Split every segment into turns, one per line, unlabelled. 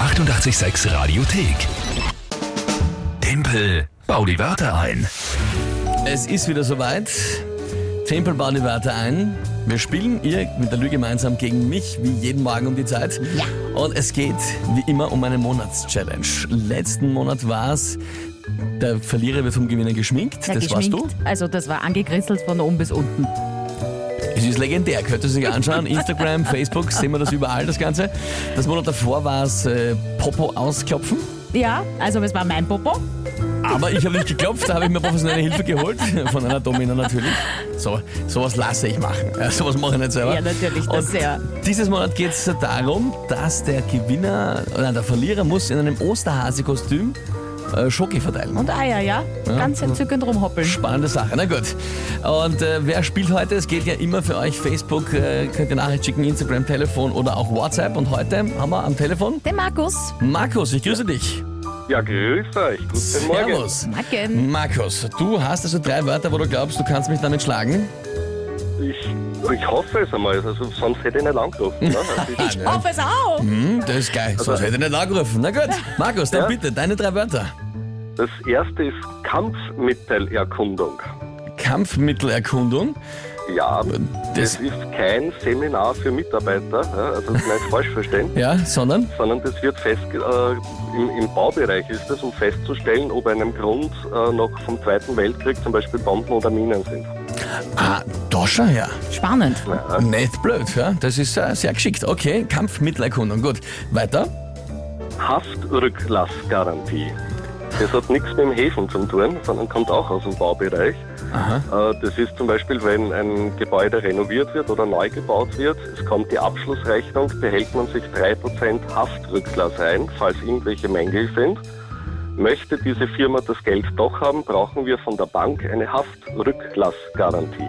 886 Radiothek. Tempel, bau die Wörter ein.
Es ist wieder soweit. Tempel bauen die Wörter ein. Wir spielen ihr mit der Lüge gemeinsam gegen mich, wie jeden Morgen um die Zeit.
Ja.
Und es geht wie immer um eine Monatschallenge. Letzten Monat war es, der Verlierer wird vom Gewinner geschminkt.
Na,
Äh, das warst du.
geschminkt. Also das war angekritzelt von oben bis unten.
Es ist legendär, könnt ihr sich anschauen. Instagram, Facebook, sehen wir das überall, das Ganze. Das Monat davor war es äh, Popo ausklopfen.
Ja, also es war mein Popo.
Aber ich habe nicht geklopft, da habe ich mir professionelle Hilfe geholt, von einer Domina natürlich. So, sowas lasse ich machen. Ja, sowas mache ich nicht selber.
Ja, natürlich, das
Und
ja.
Dieses Monat geht es darum, dass der Gewinner, nein, der Verlierer muss in einem Osterhase-Kostüm äh, Schoki verteilen.
Und Eier, ja? Ganz entzückend rumhoppeln.
Spannende Sache, na gut. Und äh, wer spielt heute? Es geht ja immer für euch Facebook, äh, könnt ihr Nachricht schicken, Instagram, Telefon oder auch WhatsApp. Und heute haben wir am Telefon
Der Markus.
Markus, ich grüße dich.
Ja, grüß euch. Guten Morgen.
Servus.
Macken.
Markus, du hast also drei Wörter, wo du glaubst, du kannst mich damit schlagen.
Ich, ich hoffe es einmal, also sonst hätte ich nicht angerufen. Ne? Also ich,
Auf es auf!
Hm, das ist geil. Sonst hätte ich nicht angerufen. Na gut, Markus, dann
Ja.
bitte deine drei Wörter.
das erste ist Kampfmittelerkundung.
Kampfmittelerkundung.
Ja,
Das-
das, ist kein Seminar für Mitarbeiter, ja, also nicht falsch verstehen,
Ja, sondern?
sondern das wird fest, äh, im, im Baubereich ist das, um festzustellen, ob einem Grund äh, noch vom Zweiten Weltkrieg zum Beispiel Bomben oder Minen sind.
Ah, da schon her.
Spannend.
Ja.
Nicht blöd, ja. Das ist äh, sehr geschickt. Okay, Kampfmittelerkundung. Gut, weiter.
Haftrücklassgarantie. Das hat nichts mit dem Häfen zu tun, sondern kommt auch aus dem Baubereich. Äh, Das ist zum Beispiel, wenn ein Gebäude renoviert wird oder neu gebaut wird, es kommt die Abschlussrechnung, behält man sich 3% Haftrücklass ein, falls irgendwelche Mängel sind. Möchte diese Firma das Geld doch haben, brauchen wir von der Bank eine Haftrücklassgarantie.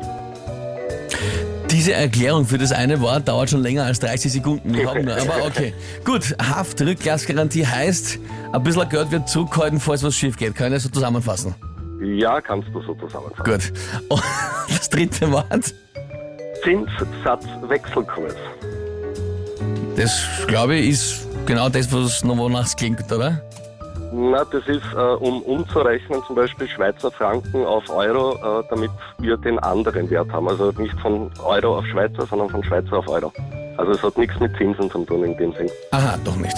Diese Erklärung für das eine Wort dauert schon länger als 30 Sekunden. Ich hab nur, aber okay. Gut, Haftrücklassgarantie heißt, ein bisschen Geld wird zurückgehalten, falls was schief geht. Kann ich das so zusammenfassen?
Ja, kannst du so zusammenfassen.
Gut. Und das dritte Wort,
Zinssatzwechselkurs.
das glaube ich ist genau das, was noch wonach es klingt, oder?
Na, das ist, äh, um umzurechnen, zum Beispiel Schweizer Franken auf Euro, äh, damit wir den anderen Wert haben. Also nicht von Euro auf Schweizer, sondern von Schweizer auf Euro. Also es hat nichts mit Zinsen zu tun in dem Sinn.
Aha, doch nicht.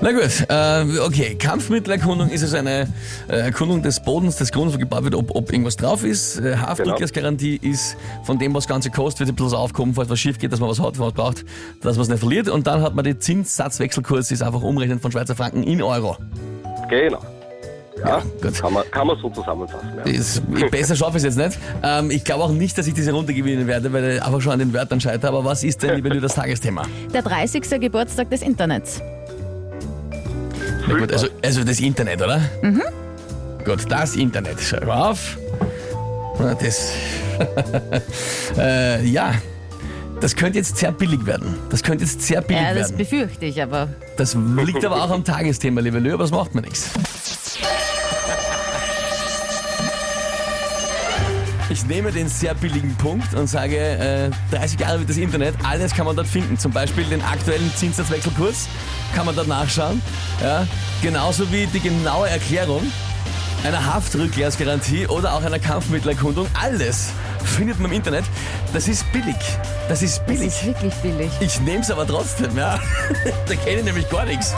Na gut, äh, okay. Kampfmittelerkundung ist also eine äh, Erkundung des Bodens, des Grundes, wo gebaut wird, ob, ob irgendwas drauf ist. Äh, Haftdrückersgarantie ist von dem, was Ganze kostet, wird ein bisschen aufgehoben, falls was schief geht, dass man was hat, was man braucht, dass man es nicht verliert. Und dann hat man den Zinssatzwechselkurs, ist einfach umrechnen von Schweizer Franken in Euro.
Genau. Ja,
gut.
Kann, man, kann man so zusammenfassen. Ja.
Ist, besser schaffe ich es jetzt nicht. Ähm, ich glaube auch nicht, dass ich diese Runde gewinnen werde, weil ich einfach schon an den Wörtern scheitere. Aber was ist denn, liebe Lü, das Tagesthema?
Der 30. Geburtstag des Internets.
Na gut, also, also das Internet, oder? Mhm. Gut, das Internet. Schreiben wir auf. Na, Das. äh, ja. Das könnte jetzt sehr billig werden. Das könnte jetzt sehr billig
Ja, das
werden.
befürchte ich, aber
Das liegt aber auch am Tagesthema, liebe Lö, aber das macht mir nichts. Ich nehme den sehr billigen Punkt und sage, äh, 30 Jahre wird das Internet, alles kann man dort finden. Zum Beispiel den aktuellen Zinssatzwechselkurs kann man dort nachschauen. Ja? Genauso wie die genaue Erklärung einer Haftrückkehrsgarantie oder auch einer Kampfmittelerkundung. Alles findet man im Internet. Das ist billig. Das ist
es
billig.
ist wirklich billig.
Ich nehme es aber trotzdem, ja. da kenne ich nämlich gar nichts.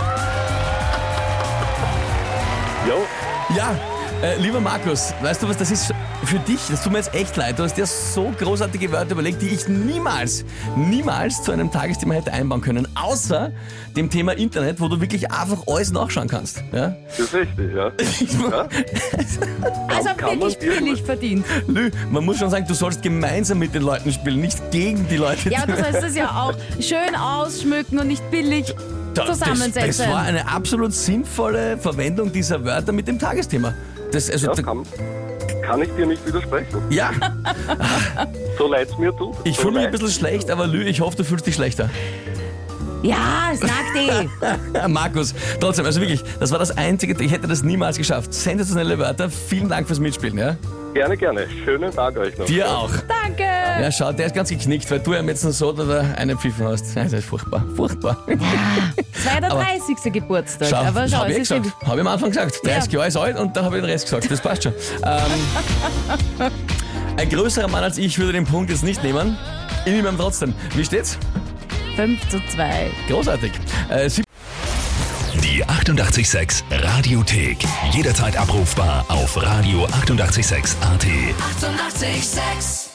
Jo,
Ja, äh, lieber Markus, weißt du was, das ist für dich, das tut mir jetzt echt leid. Du hast dir so großartige Wörter überlegt, die ich niemals, niemals zu einem Tagesthema hätte einbauen können. Außer dem Thema Internet, wo du wirklich einfach alles nachschauen kannst. Ja?
das ist richtig, ja.
Ich mu-
Ja.
Also
kann man
wirklich billig verdient.
Lü, man muss schon sagen, du sollst gemeinsam mit den Leuten spielen, nicht gegen die Leute.
Ja, und das heißt es ja auch. Schön ausschmücken und nicht billig
Da-
zusammensetzen.
Das, das war eine absolut sinnvolle Verwendung dieser Wörter mit dem Tagesthema. Das, also,
ja
da-
kann, kann ich dir nicht widersprechen.
ja,
So leid's mir tut.
ich
so
fühle mich ein
leid.
bisschen schlecht, aber Lü, ich hoffe, du fühlst dich schlechter.
Ja, sag die.
Markus, trotzdem, also wirklich, das war das Einzige, ich hätte das niemals geschafft. Sensationelle Wörter, vielen Dank fürs Mitspielen, ja?
Gerne, gerne. Schönen Tag euch noch.
Dir auch.
Danke.
Ja, schau, der ist ganz geknickt, weil du ihm jetzt einen Soda oder einen Pfiffen hast. Ja, Das ist furchtbar, furchtbar.
32. Geburtstag.
Schau,
aber schau,
hab ich
es
eh
ist
gesagt.
wirklich-
Habe ich am Anfang gesagt. 30 Jahre ist alt und dann habe ich den Rest gesagt. Das passt schon. Ähm, ein größerer Mann als ich würde den Punkt jetzt nicht nehmen. Ich nehme ihn trotzdem. Wie steht's?
5 zu 2.
Großartig. Äh, sieb-
Die 886 Radiothek. Jederzeit abrufbar auf radio886.at. 886! 886.
886